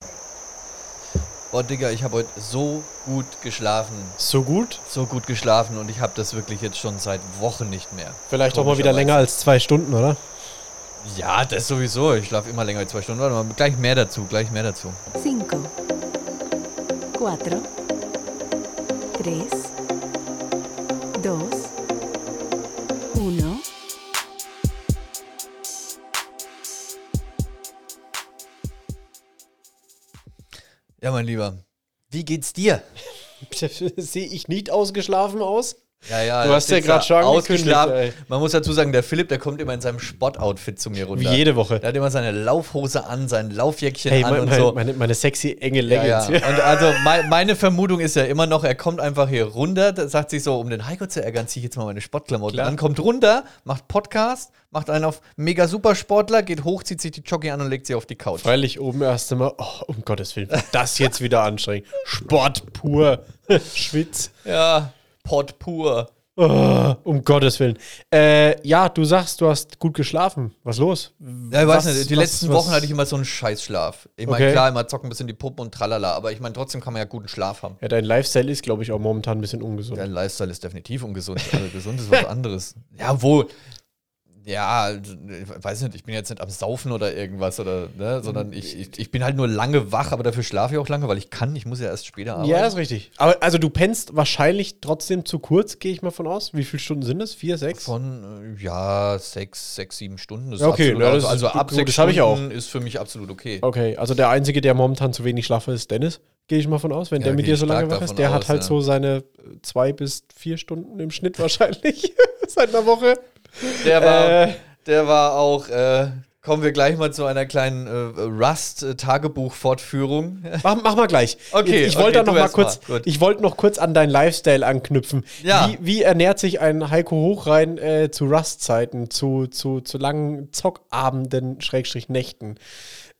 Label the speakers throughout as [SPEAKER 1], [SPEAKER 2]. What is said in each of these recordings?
[SPEAKER 1] Boah, Oh, Digga, ich habe heute so gut geschlafen.
[SPEAKER 2] So gut?
[SPEAKER 1] So gut geschlafen und ich habe das wirklich jetzt schon seit Wochen nicht mehr.
[SPEAKER 2] Vielleicht auch mal wieder länger als zwei Stunden, oder?
[SPEAKER 1] Ja, das sowieso. Ich schlafe immer länger als zwei Stunden. Warte mal, gleich mehr dazu, gleich mehr dazu.
[SPEAKER 3] 5, 4, 3, 2, 1.
[SPEAKER 1] Ja, mein Lieber. Wie geht's dir?
[SPEAKER 2] Sehe ich nicht ausgeschlafen aus?
[SPEAKER 1] Ja, ja.
[SPEAKER 2] Du hast
[SPEAKER 1] sitzt
[SPEAKER 2] ja grad
[SPEAKER 1] da
[SPEAKER 2] schon angekündigt,
[SPEAKER 1] ausgeschlafen.
[SPEAKER 2] ey.
[SPEAKER 1] Man muss dazu sagen, der Philipp, der kommt immer in seinem Sportoutfit zu mir
[SPEAKER 2] Wie
[SPEAKER 1] runter.
[SPEAKER 2] jede Woche.
[SPEAKER 1] Der hat immer seine Laufhose an, sein Laufjäckchen
[SPEAKER 2] Hey,
[SPEAKER 1] an
[SPEAKER 2] mein,
[SPEAKER 1] und
[SPEAKER 2] mein,
[SPEAKER 1] so.
[SPEAKER 2] meine, meine sexy
[SPEAKER 1] Ja,
[SPEAKER 2] enge Länge.
[SPEAKER 1] ja. Und also mei- meine Vermutung ist ja immer noch, er kommt einfach hier runter, da sagt sich so, um den Heiko zu ärgern, ziehe ich jetzt mal meine Sportklamotten
[SPEAKER 2] Klar.
[SPEAKER 1] an, kommt runter, macht Podcast, macht einen auf mega Supersportler, geht hoch, zieht sich die Jockey an und legt sie auf die Couch.
[SPEAKER 2] Freilich oben erst einmal, oh, um Gottes Willen, das jetzt wieder anstrengend. Sport pur. Schwitz.
[SPEAKER 1] Ja, Pott pur.
[SPEAKER 2] Oh, um Gottes Willen. Äh, ja, du sagst, du hast gut geschlafen. Was los?
[SPEAKER 1] Ja, ich
[SPEAKER 2] Was-
[SPEAKER 1] weiß nicht, die
[SPEAKER 2] was-
[SPEAKER 1] letzten
[SPEAKER 2] was-
[SPEAKER 1] Wochen hatte ich immer so einen Scheißschlaf. Ich meine,
[SPEAKER 2] Okay.
[SPEAKER 1] klar, immer zocken ein bisschen die Puppen und tralala, aber ich meine, trotzdem kann man ja guten Schlaf haben.
[SPEAKER 2] Ja, dein Lifestyle ist, glaube ich, auch momentan ein bisschen ungesund.
[SPEAKER 1] Dein Lifestyle ist definitiv ungesund. Also gesund ist was anderes. Ja, wohl. Ja, ich weiß nicht, ich bin jetzt nicht am Saufen oder irgendwas, oder, ne,
[SPEAKER 2] Mhm.
[SPEAKER 1] sondern ich, ich, ich bin halt nur lange wach, aber dafür schlafe ich auch lange, weil ich kann, ich muss ja erst später arbeiten.
[SPEAKER 2] ja, ist richtig. Aber also du pennst wahrscheinlich trotzdem zu kurz, gehe ich mal von aus. Wie viele Stunden sind das? Vier, sechs?
[SPEAKER 1] Von, äh, ja, sechs, sechs, sieben Stunden ist
[SPEAKER 2] Ja, okay,
[SPEAKER 1] absolut,
[SPEAKER 2] ja, das
[SPEAKER 1] also,
[SPEAKER 2] ist
[SPEAKER 1] also
[SPEAKER 2] gut,
[SPEAKER 1] ab
[SPEAKER 2] gut,
[SPEAKER 1] sechs
[SPEAKER 2] das hab ich auch.
[SPEAKER 1] Stunden ist für mich absolut okay.
[SPEAKER 2] Okay, also der Einzige, der momentan zu wenig schlafe, ist Dennis, gehe ich mal von aus. Wenn
[SPEAKER 1] Ja,
[SPEAKER 2] der mit
[SPEAKER 1] gehe
[SPEAKER 2] dir
[SPEAKER 1] ich
[SPEAKER 2] so lange
[SPEAKER 1] stark
[SPEAKER 2] wach ist,
[SPEAKER 1] davon
[SPEAKER 2] der
[SPEAKER 1] aus,
[SPEAKER 2] hat halt
[SPEAKER 1] ja.
[SPEAKER 2] so seine äh, zwei bis vier Stunden im Schnitt wahrscheinlich seit einer Woche.
[SPEAKER 1] Der war,
[SPEAKER 2] Äh.
[SPEAKER 1] der war auch, äh, kommen wir gleich mal zu einer kleinen äh, Rust-Tagebuch-Fortführung.
[SPEAKER 2] Mach, mach mal gleich.
[SPEAKER 1] Okay,
[SPEAKER 2] ich
[SPEAKER 1] okay,
[SPEAKER 2] wollte da noch
[SPEAKER 1] du
[SPEAKER 2] mal
[SPEAKER 1] erst
[SPEAKER 2] kurz,
[SPEAKER 1] mal. Gut.
[SPEAKER 2] ich wollte noch kurz an deinen Lifestyle anknüpfen.
[SPEAKER 1] Ja.
[SPEAKER 2] Wie, wie ernährt sich ein Heiko Hochrein äh, zu Rust-Zeiten, zu, zu, zu langen Zockabenden, Schrägstrich Nächten?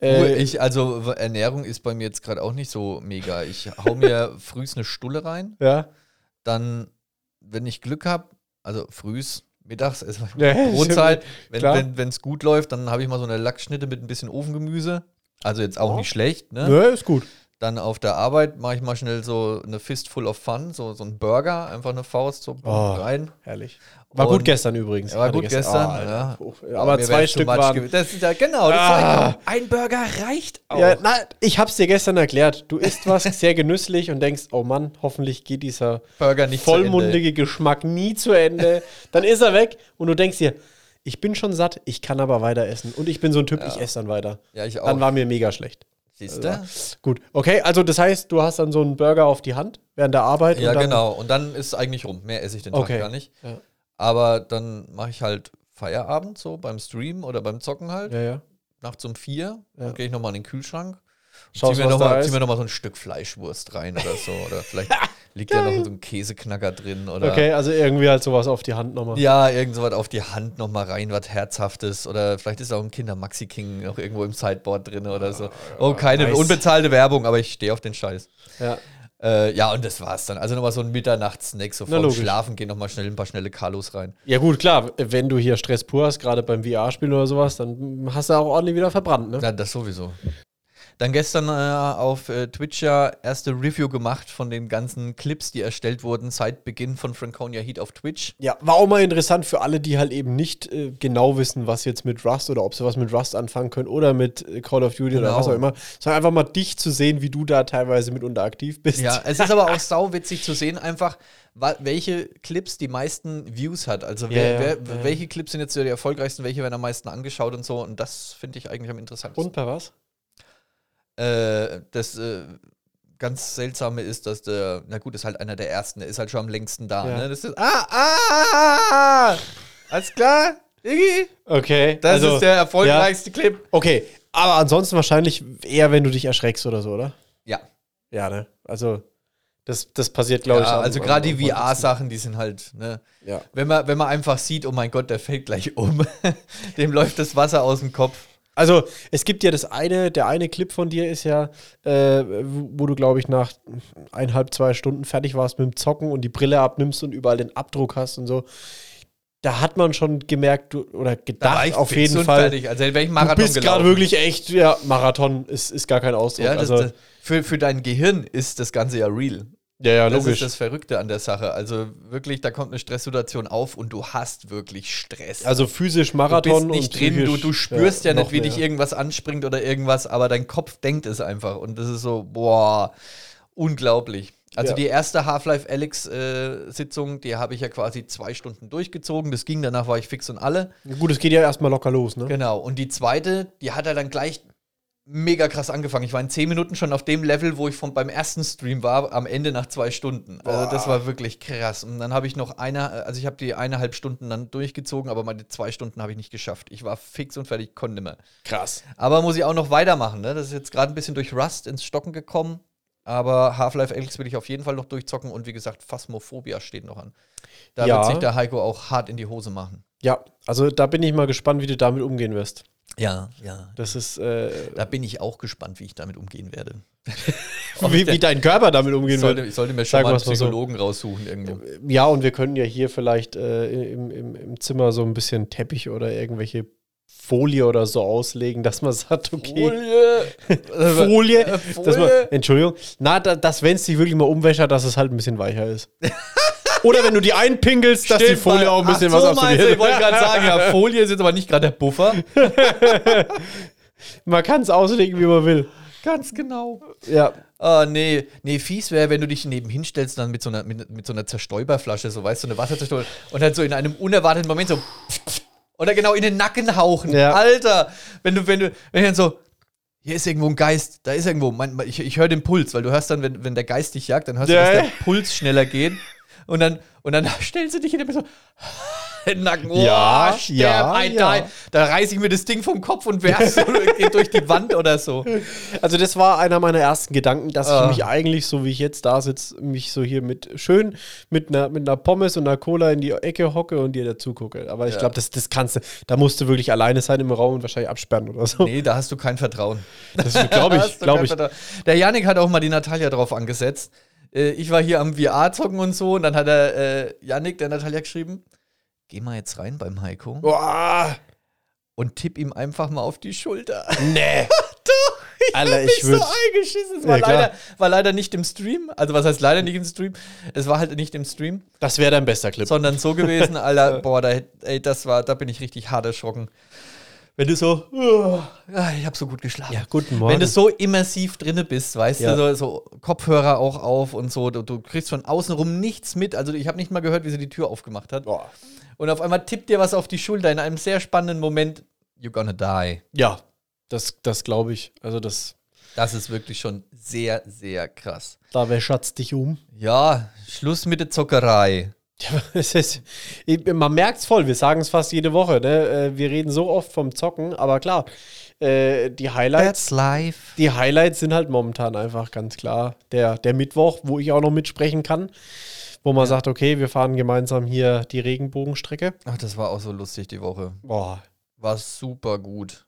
[SPEAKER 1] Ruhe,
[SPEAKER 2] Äh,
[SPEAKER 1] ich, also w- Ernährung ist bei mir jetzt gerade auch nicht so mega. Ich hau mir frühs eine Stulle rein,
[SPEAKER 2] ja.
[SPEAKER 1] dann, wenn ich Glück habe, also frühs, mittags, ist
[SPEAKER 2] Ja,
[SPEAKER 1] Brotzeit, wenn
[SPEAKER 2] klar.
[SPEAKER 1] es gut läuft, dann habe ich mal so eine Lackschnitte mit ein bisschen Ofengemüse. Also jetzt auch
[SPEAKER 2] Ja.
[SPEAKER 1] nicht schlecht, ne?
[SPEAKER 2] Nö, ist gut.
[SPEAKER 1] Dann auf der Arbeit mache ich mal schnell so eine Fistful of Fun, so, so einen Burger, einfach eine Faust so
[SPEAKER 2] Oh.
[SPEAKER 1] rein.
[SPEAKER 2] Herrlich. War
[SPEAKER 1] Und-
[SPEAKER 2] gut gestern übrigens.
[SPEAKER 1] Ja, war
[SPEAKER 2] Hatte
[SPEAKER 1] gut gestern,
[SPEAKER 2] Ah,
[SPEAKER 1] ja.
[SPEAKER 2] Alter. Aber
[SPEAKER 1] Mir
[SPEAKER 2] zwei
[SPEAKER 1] wär's too
[SPEAKER 2] Stück
[SPEAKER 1] much
[SPEAKER 2] waren.
[SPEAKER 1] gew- Das ist ja genau. Das
[SPEAKER 2] Ah.
[SPEAKER 1] zeigt, ein Burger reicht auch.
[SPEAKER 2] Ja, na, ich hab's dir gestern erklärt. Du isst was sehr genüsslich und denkst, oh Mann, hoffentlich geht dieser
[SPEAKER 1] Burger nicht zu Ende.
[SPEAKER 2] vollmundige Geschmack nie zu Ende. Dann ist er weg und du denkst dir, ich bin schon satt, ich kann aber weiter essen. Und ich bin so ein Typ, ich esse dann weiter.
[SPEAKER 1] Ja, ich
[SPEAKER 2] Dann
[SPEAKER 1] auch.
[SPEAKER 2] war mir mega schlecht.
[SPEAKER 1] Siehst du?
[SPEAKER 2] Gut, okay, also das heißt, du hast dann so einen Burger auf die Hand während der Arbeit.
[SPEAKER 1] Ja,
[SPEAKER 2] und dann,
[SPEAKER 1] genau. Und dann ist eigentlich rum. Mehr esse ich den
[SPEAKER 2] Okay.
[SPEAKER 1] Tag gar nicht.
[SPEAKER 2] Ja.
[SPEAKER 1] Aber dann mache ich halt Feierabend so beim Stream oder beim Zocken halt.
[SPEAKER 2] Ja, ja.
[SPEAKER 1] Nachts um vier.
[SPEAKER 2] Ja.
[SPEAKER 1] Dann gehe ich nochmal in den Kühlschrank. Zieh
[SPEAKER 2] Schaust,
[SPEAKER 1] mir
[SPEAKER 2] was da
[SPEAKER 1] nochmal
[SPEAKER 2] ist.
[SPEAKER 1] zieh mir noch mal so ein Stück Fleischwurst rein oder so. Oder vielleicht liegt ja noch so ein Käseknacker drin. Oder
[SPEAKER 2] Okay, also irgendwie halt sowas auf die Hand nochmal.
[SPEAKER 1] Ja, irgend sowas auf die Hand nochmal rein, was Herzhaftes. Oder vielleicht ist auch ein Kinder-Maxi-King noch irgendwo im Sideboard drin oder so. Oh, keine
[SPEAKER 2] Ah, nice.
[SPEAKER 1] unbezahlte Werbung, aber ich stehe auf den Scheiß.
[SPEAKER 2] Ja.
[SPEAKER 1] Äh, ja, und das war's dann. Also nochmal so ein Mitternachtssnack, so
[SPEAKER 2] Na,
[SPEAKER 1] vorm
[SPEAKER 2] logisch.
[SPEAKER 1] Schlafen gehen, nochmal schnell ein paar schnelle Kalos rein.
[SPEAKER 2] Ja gut, klar, wenn du hier Stress pur hast, gerade beim VR-Spielen oder sowas, dann hast du auch ordentlich wieder verbrannt, ne?
[SPEAKER 1] Na, das sowieso. Dann gestern äh, auf äh, Twitch ja erste Review gemacht von den ganzen Clips, die erstellt wurden seit Beginn von Franconia Heat auf Twitch.
[SPEAKER 2] Ja, war auch mal interessant für alle, die halt eben nicht äh, genau wissen, was jetzt mit Rust oder ob sie was mit Rust anfangen können oder mit äh, Call of Duty oder
[SPEAKER 1] Genau.
[SPEAKER 2] was auch immer. Sondern einfach mal dich zu sehen, wie du da teilweise mitunter aktiv bist.
[SPEAKER 1] Ja, es ist aber auch sauwitzig zu sehen, einfach wa- welche Clips die meisten Views hat. Also wer,
[SPEAKER 2] Ja, ja,
[SPEAKER 1] wer,
[SPEAKER 2] ja, ja.
[SPEAKER 1] welche Clips sind jetzt so die erfolgreichsten, welche werden am meisten angeschaut und so. Und das finde ich eigentlich am interessantesten.
[SPEAKER 2] Und bei was?
[SPEAKER 1] Äh, das äh, ganz Seltsame ist, dass der, na gut, ist halt einer der ersten, der ist halt schon am längsten da.
[SPEAKER 2] Ja.
[SPEAKER 1] Ne? Das ist, ah, ah, ah, ah, alles klar, Iggy,
[SPEAKER 2] Okay.
[SPEAKER 1] das
[SPEAKER 2] also,
[SPEAKER 1] ist der erfolgreichste Clip.
[SPEAKER 2] Ja, okay, aber ansonsten wahrscheinlich eher, wenn du dich erschreckst oder so, oder?
[SPEAKER 1] Ja,
[SPEAKER 2] Ja, ne? Also, das, das passiert, glaube
[SPEAKER 1] ja
[SPEAKER 2] ich. am-
[SPEAKER 1] also
[SPEAKER 2] am-
[SPEAKER 1] gerade
[SPEAKER 2] am
[SPEAKER 1] die
[SPEAKER 2] häufigsten.
[SPEAKER 1] VR-Sachen, die sind halt, ne,
[SPEAKER 2] Ja.
[SPEAKER 1] wenn man, wenn man einfach sieht, oh mein Gott, der fällt gleich um, dem läuft das Wasser aus dem Kopf.
[SPEAKER 2] Also, es gibt ja das eine, der eine Clip von dir ist ja, äh, wo du, glaube ich, nach eineinhalb, zwei Stunden fertig warst mit dem Zocken und die Brille abnimmst und überall den Abdruck hast und so. da hat man schon gemerkt du,
[SPEAKER 1] Da war
[SPEAKER 2] oder gedacht,
[SPEAKER 1] ich
[SPEAKER 2] auf
[SPEAKER 1] fix
[SPEAKER 2] jeden
[SPEAKER 1] und
[SPEAKER 2] Fall.
[SPEAKER 1] Fertig. Also wäre ich
[SPEAKER 2] Du
[SPEAKER 1] Marathon
[SPEAKER 2] bist gerade
[SPEAKER 1] gelaufen.
[SPEAKER 2] wirklich echt, ja, Marathon ist, ist gar kein Ausdruck.
[SPEAKER 1] Ja, das,
[SPEAKER 2] also,
[SPEAKER 1] das, für, für dein Gehirn ist das Ganze ja real.
[SPEAKER 2] ja, ja,
[SPEAKER 1] Das
[SPEAKER 2] logisch.
[SPEAKER 1] ist das Verrückte an der Sache. Also wirklich, da kommt eine Stresssituation auf und du hast wirklich Stress.
[SPEAKER 2] also physisch
[SPEAKER 1] du
[SPEAKER 2] Marathon
[SPEAKER 1] bist nicht
[SPEAKER 2] und
[SPEAKER 1] drin, du,
[SPEAKER 2] psychisch,
[SPEAKER 1] du spürst ja,
[SPEAKER 2] noch
[SPEAKER 1] nicht, wie dich
[SPEAKER 2] mehr.
[SPEAKER 1] irgendwas anspringt oder irgendwas, aber dein Kopf denkt es einfach. Und das ist so, boah, unglaublich. Also
[SPEAKER 2] Ja.
[SPEAKER 1] die erste Half-Life Alex-Sitzung, die habe ich ja quasi zwei Stunden durchgezogen. Das ging, danach war ich fix und alle.
[SPEAKER 2] Gut, es geht ja erstmal locker los, ne?
[SPEAKER 1] Genau. Und die zweite, die hat er dann gleich mega krass angefangen. Ich war in zehn Minuten schon auf dem Level, wo ich vom, beim ersten Stream war, am Ende nach zwei Stunden. Also das war wirklich krass. Und dann habe ich noch eine, also ich habe die eineinhalb Stunden dann durchgezogen, aber meine zwei Stunden habe ich nicht geschafft. Ich war fix und fertig, konnte nimmer.
[SPEAKER 2] Krass.
[SPEAKER 1] Aber muss ich auch noch weitermachen. Ne? Das ist jetzt gerade ein bisschen durch Rust ins Stocken gekommen. Aber Half-Life Alyx will ich auf jeden Fall noch durchzocken. Und wie gesagt, Phasmophobia steht noch an. Da
[SPEAKER 2] Ja.
[SPEAKER 1] wird sich der Heiko auch hart in die Hose machen.
[SPEAKER 2] Ja, also da bin ich mal gespannt, wie du damit umgehen wirst.
[SPEAKER 1] Ja, ja.
[SPEAKER 2] Das ist, äh,
[SPEAKER 1] Da bin ich auch gespannt, wie ich damit umgehen werde.
[SPEAKER 2] wie, wie dein Körper damit
[SPEAKER 1] Ich
[SPEAKER 2] umgehen
[SPEAKER 1] sollte,
[SPEAKER 2] wird.
[SPEAKER 1] ich sollte mir schon
[SPEAKER 2] Sagen
[SPEAKER 1] mal einen
[SPEAKER 2] wir's mal so.
[SPEAKER 1] Psychologen raussuchen irgendwo.
[SPEAKER 2] also. Ja, und wir können ja hier vielleicht äh, im, im, im Zimmer so ein bisschen Teppich oder irgendwelche Folie oder so auslegen, dass man sagt, okay. Also,
[SPEAKER 1] Folie.
[SPEAKER 2] Folie.
[SPEAKER 1] Äh,
[SPEAKER 2] Dass man,
[SPEAKER 1] Folie.
[SPEAKER 2] Entschuldigung. Na, da, dass wenn es dich wirklich mal umwäschert, dass es halt ein bisschen weicher ist. Oder wenn du die einpinkelst, dass die
[SPEAKER 1] Stimmt, weil-
[SPEAKER 2] Folie auch ein bisschen
[SPEAKER 1] Ach, so
[SPEAKER 2] was absorbiert.
[SPEAKER 1] meinst du, Ich wollte gerade sagen, ja, Folie ist jetzt aber nicht gerade der Buffer.
[SPEAKER 2] Man kann es auslegen, wie man will.
[SPEAKER 1] Ganz genau.
[SPEAKER 2] Ja.
[SPEAKER 1] Ah, nee, nee, fies wäre, wenn du dich nebenhin stellst, dann mit so einer, mit, mit so einer Zerstäuberflasche, so weißt du, eine Wasserzerstäuber und halt so in einem unerwarteten Moment so oder genau in den Nacken hauchen.
[SPEAKER 2] Ja.
[SPEAKER 1] Alter, wenn du, wenn du, wenn du dann so, hier ist irgendwo ein Geist, da ist irgendwo, mein, mein- ich, ich höre den Puls, weil du hörst dann, wenn, wenn der Geist dich jagt, dann hörst
[SPEAKER 2] Ja,
[SPEAKER 1] du,
[SPEAKER 2] ja.
[SPEAKER 1] dass der Puls schneller geht und dann, und dann stellst du dich in den, so, in den Nacken, oh,
[SPEAKER 2] Ja,
[SPEAKER 1] sterb,
[SPEAKER 2] ja,
[SPEAKER 1] ein
[SPEAKER 2] ja.
[SPEAKER 1] Teil. da reiß ich mir das Ding vom Kopf und werf's so, geht durch die Wand oder so.
[SPEAKER 2] Also das war einer meiner ersten Gedanken, dass
[SPEAKER 1] Ah.
[SPEAKER 2] ich mich eigentlich, so wie ich jetzt da sitze, mich so hier mit schön mit einer, mit einer Pommes und einer Cola in die Ecke hocke und dir dazu gucke. Aber ich
[SPEAKER 1] Ja.
[SPEAKER 2] glaube, das, das kannst du, da musst du wirklich alleine sein im Raum und wahrscheinlich absperren oder so.
[SPEAKER 1] Nee, da hast du kein Vertrauen.
[SPEAKER 2] Das glaube ich,
[SPEAKER 1] Hast du
[SPEAKER 2] glaube
[SPEAKER 1] kein
[SPEAKER 2] ich.
[SPEAKER 1] Vertrauen. Der Janik hat auch mal die Natalia drauf angesetzt. Äh, Ich war hier am VR-Zocken und so und dann hat er äh, Janik der Natalia geschrieben, geh mal jetzt rein beim Heiko
[SPEAKER 2] Boah,
[SPEAKER 1] und tipp ihm einfach mal auf die Schulter.
[SPEAKER 2] nee. Alter,
[SPEAKER 1] Mich
[SPEAKER 2] ich
[SPEAKER 1] so
[SPEAKER 2] würde
[SPEAKER 1] eingeschissen. Es war,
[SPEAKER 2] Ja, klar.
[SPEAKER 1] leider, war leider nicht im Stream. Also was heißt leider nicht im Stream? Es war halt nicht im Stream,
[SPEAKER 2] Das wäre dein bester Clip.
[SPEAKER 1] sondern so gewesen, Alter, boah, da, hätt- ey, das war, da bin ich richtig hart erschrocken. Wenn du so, "Uah, ich habe so gut geschlafen.
[SPEAKER 2] Ja, guten Morgen.
[SPEAKER 1] Wenn du so immersiv drinne bist, weißt
[SPEAKER 2] Ja.
[SPEAKER 1] du, so, so Kopfhörer auch auf und so, du, du kriegst von außenrum nichts mit. Also ich habe nicht mal gehört, wie sie die Tür aufgemacht hat.
[SPEAKER 2] Boah.
[SPEAKER 1] Und auf einmal tippt dir was auf die Schulter in einem sehr spannenden Moment. You're gonna die.
[SPEAKER 2] Ja, das, das glaube ich. Also das,
[SPEAKER 1] Das ist wirklich schon sehr, sehr krass.
[SPEAKER 2] da wäre Schatz dich um.
[SPEAKER 1] Ja, Schluss mit der Zockerei.
[SPEAKER 2] Ja, es ist, ich- man merkt es voll, wir sagen es fast jede Woche. Ne? Äh, Wir reden so oft vom Zocken, aber klar, äh, die Highlights,
[SPEAKER 1] life.
[SPEAKER 2] die Highlights sind halt momentan einfach ganz klar. Der, der Mittwoch, wo ich auch noch mitsprechen kann, wo man sagt, okay, wir fahren gemeinsam hier die Regenbogenstrecke.
[SPEAKER 1] Ach, das war auch so lustig die Woche.
[SPEAKER 2] Boah.
[SPEAKER 1] War super gut.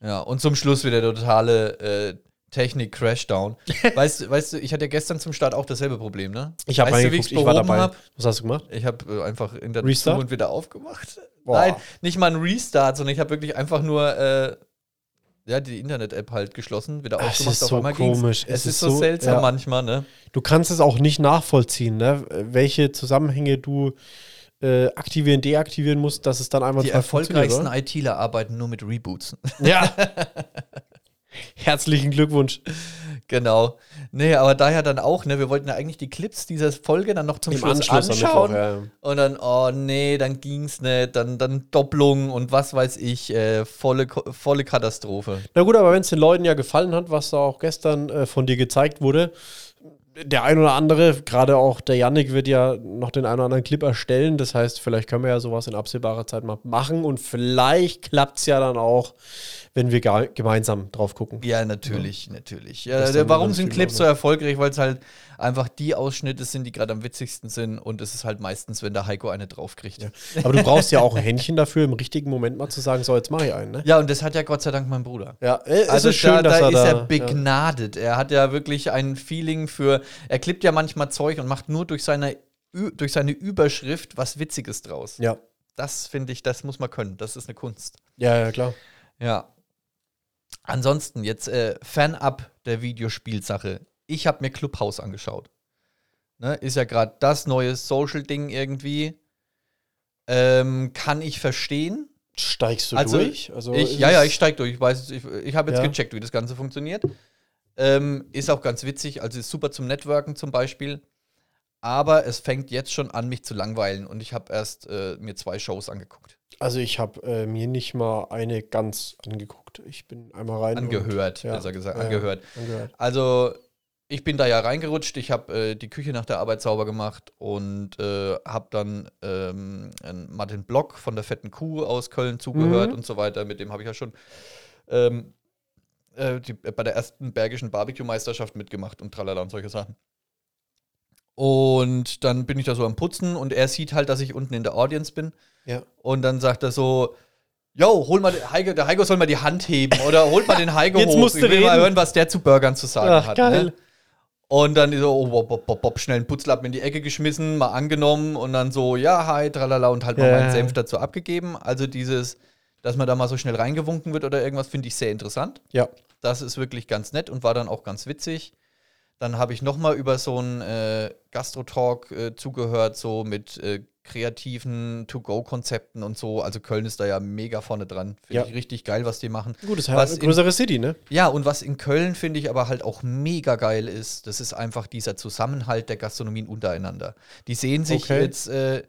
[SPEAKER 1] Ja, und zum Schluss wieder der totale äh, Technik-Crashdown. weißt, du- weißt du, ich hatte ja gestern zum Start auch dasselbe Problem, ne?
[SPEAKER 2] Ich habe
[SPEAKER 1] weißt du, wie
[SPEAKER 2] reingeguckt,
[SPEAKER 1] ich's
[SPEAKER 2] ich war
[SPEAKER 1] behoben
[SPEAKER 2] dabei.
[SPEAKER 1] hab?
[SPEAKER 2] Was hast du gemacht?
[SPEAKER 1] Ich habe äh, einfach in der
[SPEAKER 2] Restart?
[SPEAKER 1] und wieder aufgemacht.
[SPEAKER 2] Boah.
[SPEAKER 1] Nein, nicht mal ein Restart, sondern ich habe wirklich einfach nur äh, ja, die Internet-App halt geschlossen, wieder
[SPEAKER 2] Ah, es
[SPEAKER 1] aufgemacht.
[SPEAKER 2] ist so komisch.
[SPEAKER 1] Es, ist so seltsam
[SPEAKER 2] ja.
[SPEAKER 1] manchmal, ne?
[SPEAKER 2] Du kannst es auch nicht nachvollziehen, ne? welche Zusammenhänge du äh, aktivieren, deaktivieren musst, dass es dann einmal
[SPEAKER 1] Die
[SPEAKER 2] zwar funktioniert,
[SPEAKER 1] erfolgreichsten
[SPEAKER 2] oder?
[SPEAKER 1] ITler arbeiten nur mit Reboots.
[SPEAKER 2] Ja. Herzlichen Glückwunsch.
[SPEAKER 1] Genau. Nee, aber daher dann auch, ne? Wir wollten ja eigentlich die Clips dieser Folge dann noch zum
[SPEAKER 2] Im
[SPEAKER 1] Schluss
[SPEAKER 2] Anschluss am
[SPEAKER 1] anschauen.
[SPEAKER 2] Mittwoch, ja, ja.
[SPEAKER 1] Und dann, oh nee, dann ging's nicht, dann, dann Doppelung und was weiß ich, äh, volle, Ko- volle Katastrophe.
[SPEAKER 2] Na gut, aber wenn es den Leuten ja gefallen hat, was da auch gestern äh, von dir gezeigt wurde, der ein oder andere, gerade auch der Yannick, wird ja noch den einen oder anderen Clip erstellen. Das heißt, vielleicht können wir ja sowas in absehbarer Zeit mal machen und vielleicht klappt es ja dann auch, wenn wir ga- gemeinsam drauf gucken.
[SPEAKER 1] Ja, natürlich, natürlich. Ja,
[SPEAKER 2] Das
[SPEAKER 1] der-
[SPEAKER 2] dann
[SPEAKER 1] warum
[SPEAKER 2] ganz
[SPEAKER 1] sind
[SPEAKER 2] viel
[SPEAKER 1] Clips so
[SPEAKER 2] mehr.
[SPEAKER 1] erfolgreich? Weil es halt einfach die Ausschnitte sind, die gerade am witzigsten sind. Und es ist halt meistens, wenn der Heiko eine draufkriegt. Ja.
[SPEAKER 2] Aber du brauchst ja auch ein Händchen dafür, im richtigen Moment mal zu sagen, so, jetzt mache ich einen, ne?
[SPEAKER 1] und das hat ja Gott sei Dank mein Bruder.
[SPEAKER 2] Ja, äh, es
[SPEAKER 1] Also
[SPEAKER 2] ist schön,
[SPEAKER 1] da,
[SPEAKER 2] dass
[SPEAKER 1] da
[SPEAKER 2] er
[SPEAKER 1] ist
[SPEAKER 2] da...
[SPEAKER 1] er begnadet. Er hat ja wirklich ein Feeling für. Er klippt ja manchmal Zeug und macht nur durch seine, Ü- durch seine Überschrift was Witziges draus.
[SPEAKER 2] ja. ja,
[SPEAKER 1] das finde ich, das muss man können. Das ist eine Kunst.
[SPEAKER 2] Ja, ja, klar.
[SPEAKER 1] Ja. Ansonsten jetzt äh, Fan-Up der Videospielsache. Ich habe mir Clubhouse angeschaut. Ne, ist ja gerade das neue Social-Ding irgendwie. Ähm, kann ich verstehen.
[SPEAKER 2] Steigst du
[SPEAKER 1] Also,
[SPEAKER 2] durch? Also
[SPEAKER 1] ich,
[SPEAKER 2] ist
[SPEAKER 1] ja, ja,
[SPEAKER 2] es-
[SPEAKER 1] ich steig durch. Ich, weiß, ich, ich habe jetzt
[SPEAKER 2] Ja.
[SPEAKER 1] gecheckt, wie das Ganze funktioniert. Ähm, ist auch ganz witzig, also ist super zum Networken zum Beispiel. Aber es fängt jetzt schon an, mich zu langweilen und ich habe erst äh, mir zwei Shows angeguckt.
[SPEAKER 2] Also ich habe äh, mir nicht mal eine ganz angeguckt. Ich bin einmal rein.
[SPEAKER 1] Angehört,
[SPEAKER 2] ja.
[SPEAKER 1] besser gesagt.
[SPEAKER 2] Ja, ja.
[SPEAKER 1] Angehört.
[SPEAKER 2] Und, angehört.
[SPEAKER 1] Also, ich bin da ja reingerutscht. Ich habe äh, die Küche nach der Arbeit sauber gemacht und äh, habe dann ähm, einen Martin Block von der fetten Kuh aus Köln zugehört
[SPEAKER 2] Mhm.
[SPEAKER 1] und so weiter. Mit dem habe ich ja schon ähm, äh, die, äh, bei der ersten bergischen Barbecue-Meisterschaft mitgemacht und tralala und solche Sachen. Und dann bin ich da so am Putzen und er sieht halt, dass ich unten in der Audience bin.
[SPEAKER 2] Ja.
[SPEAKER 1] Und dann sagt er so, yo, hol mal, den Heiko, der Heiko soll mal die Hand heben oder holt mal den Heiko
[SPEAKER 2] Jetzt
[SPEAKER 1] hoch.
[SPEAKER 2] musst
[SPEAKER 1] ich
[SPEAKER 2] du
[SPEAKER 1] will mal
[SPEAKER 2] reden.
[SPEAKER 1] hören, was der zu Burgern zu sagen
[SPEAKER 2] Ach,
[SPEAKER 1] hat.
[SPEAKER 2] geil.
[SPEAKER 1] Ne? Und dann so, oh, bob, bob, bob, bob, schnell einen Putzlappen in die Ecke geschmissen, mal angenommen und dann so, ja, hi, tralala und halt mal
[SPEAKER 2] Ja.
[SPEAKER 1] meinen Senf dazu abgegeben. Also dieses, dass man da mal so schnell reingewunken wird oder irgendwas, finde ich sehr interessant.
[SPEAKER 2] Ja.
[SPEAKER 1] Das ist wirklich ganz nett und war dann auch ganz witzig. Dann habe ich nochmal über so einen äh, Gastro-Talk äh, zugehört, so mit äh, kreativen To-Go-Konzepten und so. Also Köln ist da ja mega vorne dran. Finde
[SPEAKER 2] Ja.
[SPEAKER 1] ich richtig geil, was die machen.
[SPEAKER 2] Gutes
[SPEAKER 1] Was
[SPEAKER 2] Herz.
[SPEAKER 1] in-
[SPEAKER 2] Größere City, ne?
[SPEAKER 1] Ja, und was in Köln finde ich aber halt auch mega geil ist, das ist einfach dieser Zusammenhalt der Gastronomien untereinander. Die sehen sich
[SPEAKER 2] Okay.
[SPEAKER 1] jetzt, äh,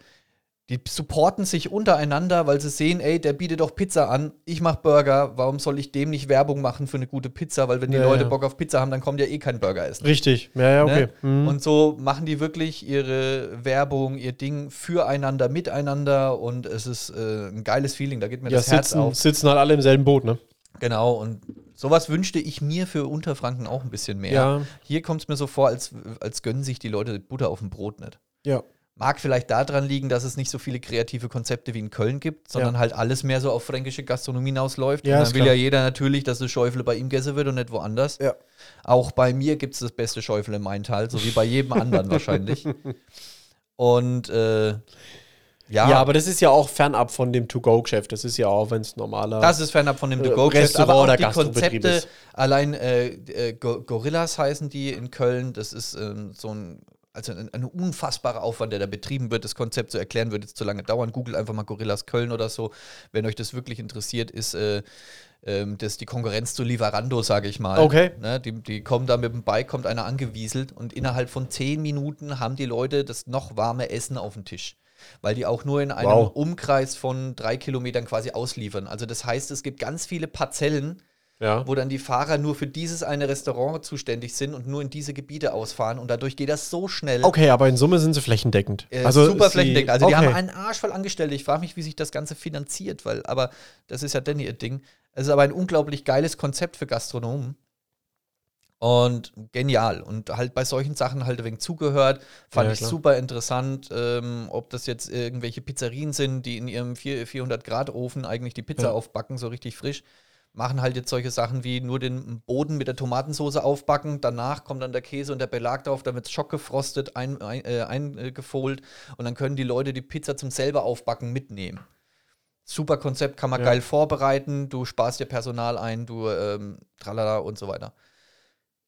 [SPEAKER 1] die supporten sich untereinander, weil sie sehen, ey, der bietet doch Pizza an, ich mache Burger, warum soll ich dem nicht Werbung machen für eine gute Pizza? Weil wenn die
[SPEAKER 2] Ja,
[SPEAKER 1] Leute
[SPEAKER 2] ja.
[SPEAKER 1] Bock auf Pizza haben, dann kommt ja eh kein Burger essen.
[SPEAKER 2] Richtig. Ja, ja, okay.
[SPEAKER 1] Ne?
[SPEAKER 2] Mhm.
[SPEAKER 1] Und so machen die wirklich ihre Werbung, ihr Ding füreinander, miteinander und es ist äh, ein geiles Feeling, da geht mir
[SPEAKER 2] ja,
[SPEAKER 1] das Herz
[SPEAKER 2] sitzen,
[SPEAKER 1] auf.
[SPEAKER 2] sitzen halt alle im selben Boot, ne?
[SPEAKER 1] Genau, und sowas wünschte ich mir für Unterfranken auch ein bisschen mehr.
[SPEAKER 2] Ja.
[SPEAKER 1] Hier kommt es mir so vor, als, als gönnen sich die Leute die Butter auf dem Brot nicht.
[SPEAKER 2] Ja.
[SPEAKER 1] Mag vielleicht daran liegen, dass es nicht so viele kreative Konzepte wie in Köln gibt, sondern halt alles mehr so auf fränkische Gastronomie hinausläuft.
[SPEAKER 2] Ja,
[SPEAKER 1] und
[SPEAKER 2] ist
[SPEAKER 1] dann will
[SPEAKER 2] klar.
[SPEAKER 1] ja jeder natürlich, dass das Schäufele bei ihm gegessen wird und nicht woanders.
[SPEAKER 2] Ja.
[SPEAKER 1] Auch bei mir gibt es das beste Schäufele im Maintal, so wie bei jedem anderen wahrscheinlich. Und äh, ja,
[SPEAKER 2] Ja,
[SPEAKER 1] Ah.
[SPEAKER 2] aber das ist ja auch fernab von dem To-Go-Geschäft. Das ist ja auch, wenn es normaler.
[SPEAKER 1] Das ist fernab von dem to go geschäft
[SPEAKER 2] Genau. Äh, Restaurant
[SPEAKER 1] aber auch
[SPEAKER 2] oder
[SPEAKER 1] die
[SPEAKER 2] Gastrobetrieb
[SPEAKER 1] Konzepte,
[SPEAKER 2] ist.
[SPEAKER 1] allein äh, äh, Go- Gorillas heißen die in Köln, das ist ähm, so ein, also ein, ein unfassbarer Aufwand, der da betrieben wird, das Konzept zu erklären, würde jetzt zu lange dauern, googelt einfach mal Gorillas Köln oder so, wenn euch das wirklich interessiert, ist äh, ähm, das die Konkurrenz zu Lieferando, sage ich mal.
[SPEAKER 2] Okay.
[SPEAKER 1] Ne, die, die kommen da mit dem Bike, kommt einer angewieselt und innerhalb von zehn Minuten haben die Leute das noch warme Essen auf dem Tisch. Weil die auch nur in einem
[SPEAKER 2] Wow.
[SPEAKER 1] Umkreis von drei Kilometern quasi ausliefern. Also das heißt, es gibt ganz viele Parzellen,
[SPEAKER 2] ja.
[SPEAKER 1] wo dann die Fahrer nur für dieses eine Restaurant zuständig sind und nur in diese Gebiete ausfahren. Und dadurch geht das so schnell.
[SPEAKER 2] Okay, aber in Summe sind sie flächendeckend.
[SPEAKER 1] Äh, also super flächendeckend. Also
[SPEAKER 2] okay.
[SPEAKER 1] die haben einen Arsch voll Angestellte. Ich frage mich, wie sich das Ganze finanziert, weil, aber das ist ja Danny ihr Ding. Es ist aber ein unglaublich geiles Konzept für Gastronomen. Und genial. Und halt bei solchen Sachen halt ein wenig zugehört. Fand
[SPEAKER 2] Ja,
[SPEAKER 1] ich
[SPEAKER 2] klar.
[SPEAKER 1] super interessant, ähm, ob das jetzt irgendwelche Pizzerien sind, die in ihrem 400-Grad-Ofen eigentlich die Pizza
[SPEAKER 2] Ja.
[SPEAKER 1] aufbacken, so richtig frisch. Machen halt jetzt solche Sachen wie nur den Boden mit der Tomatensauce aufbacken, danach kommt dann der Käse und der Belag drauf, dann wird es schockgefrostet, ein, ein, äh, eingefohlt und dann können die Leute die Pizza zum selber aufbacken mitnehmen. Super Konzept, kann man
[SPEAKER 2] Ja.
[SPEAKER 1] geil vorbereiten, du sparst dir Personal ein, du ähm, tralala und so weiter.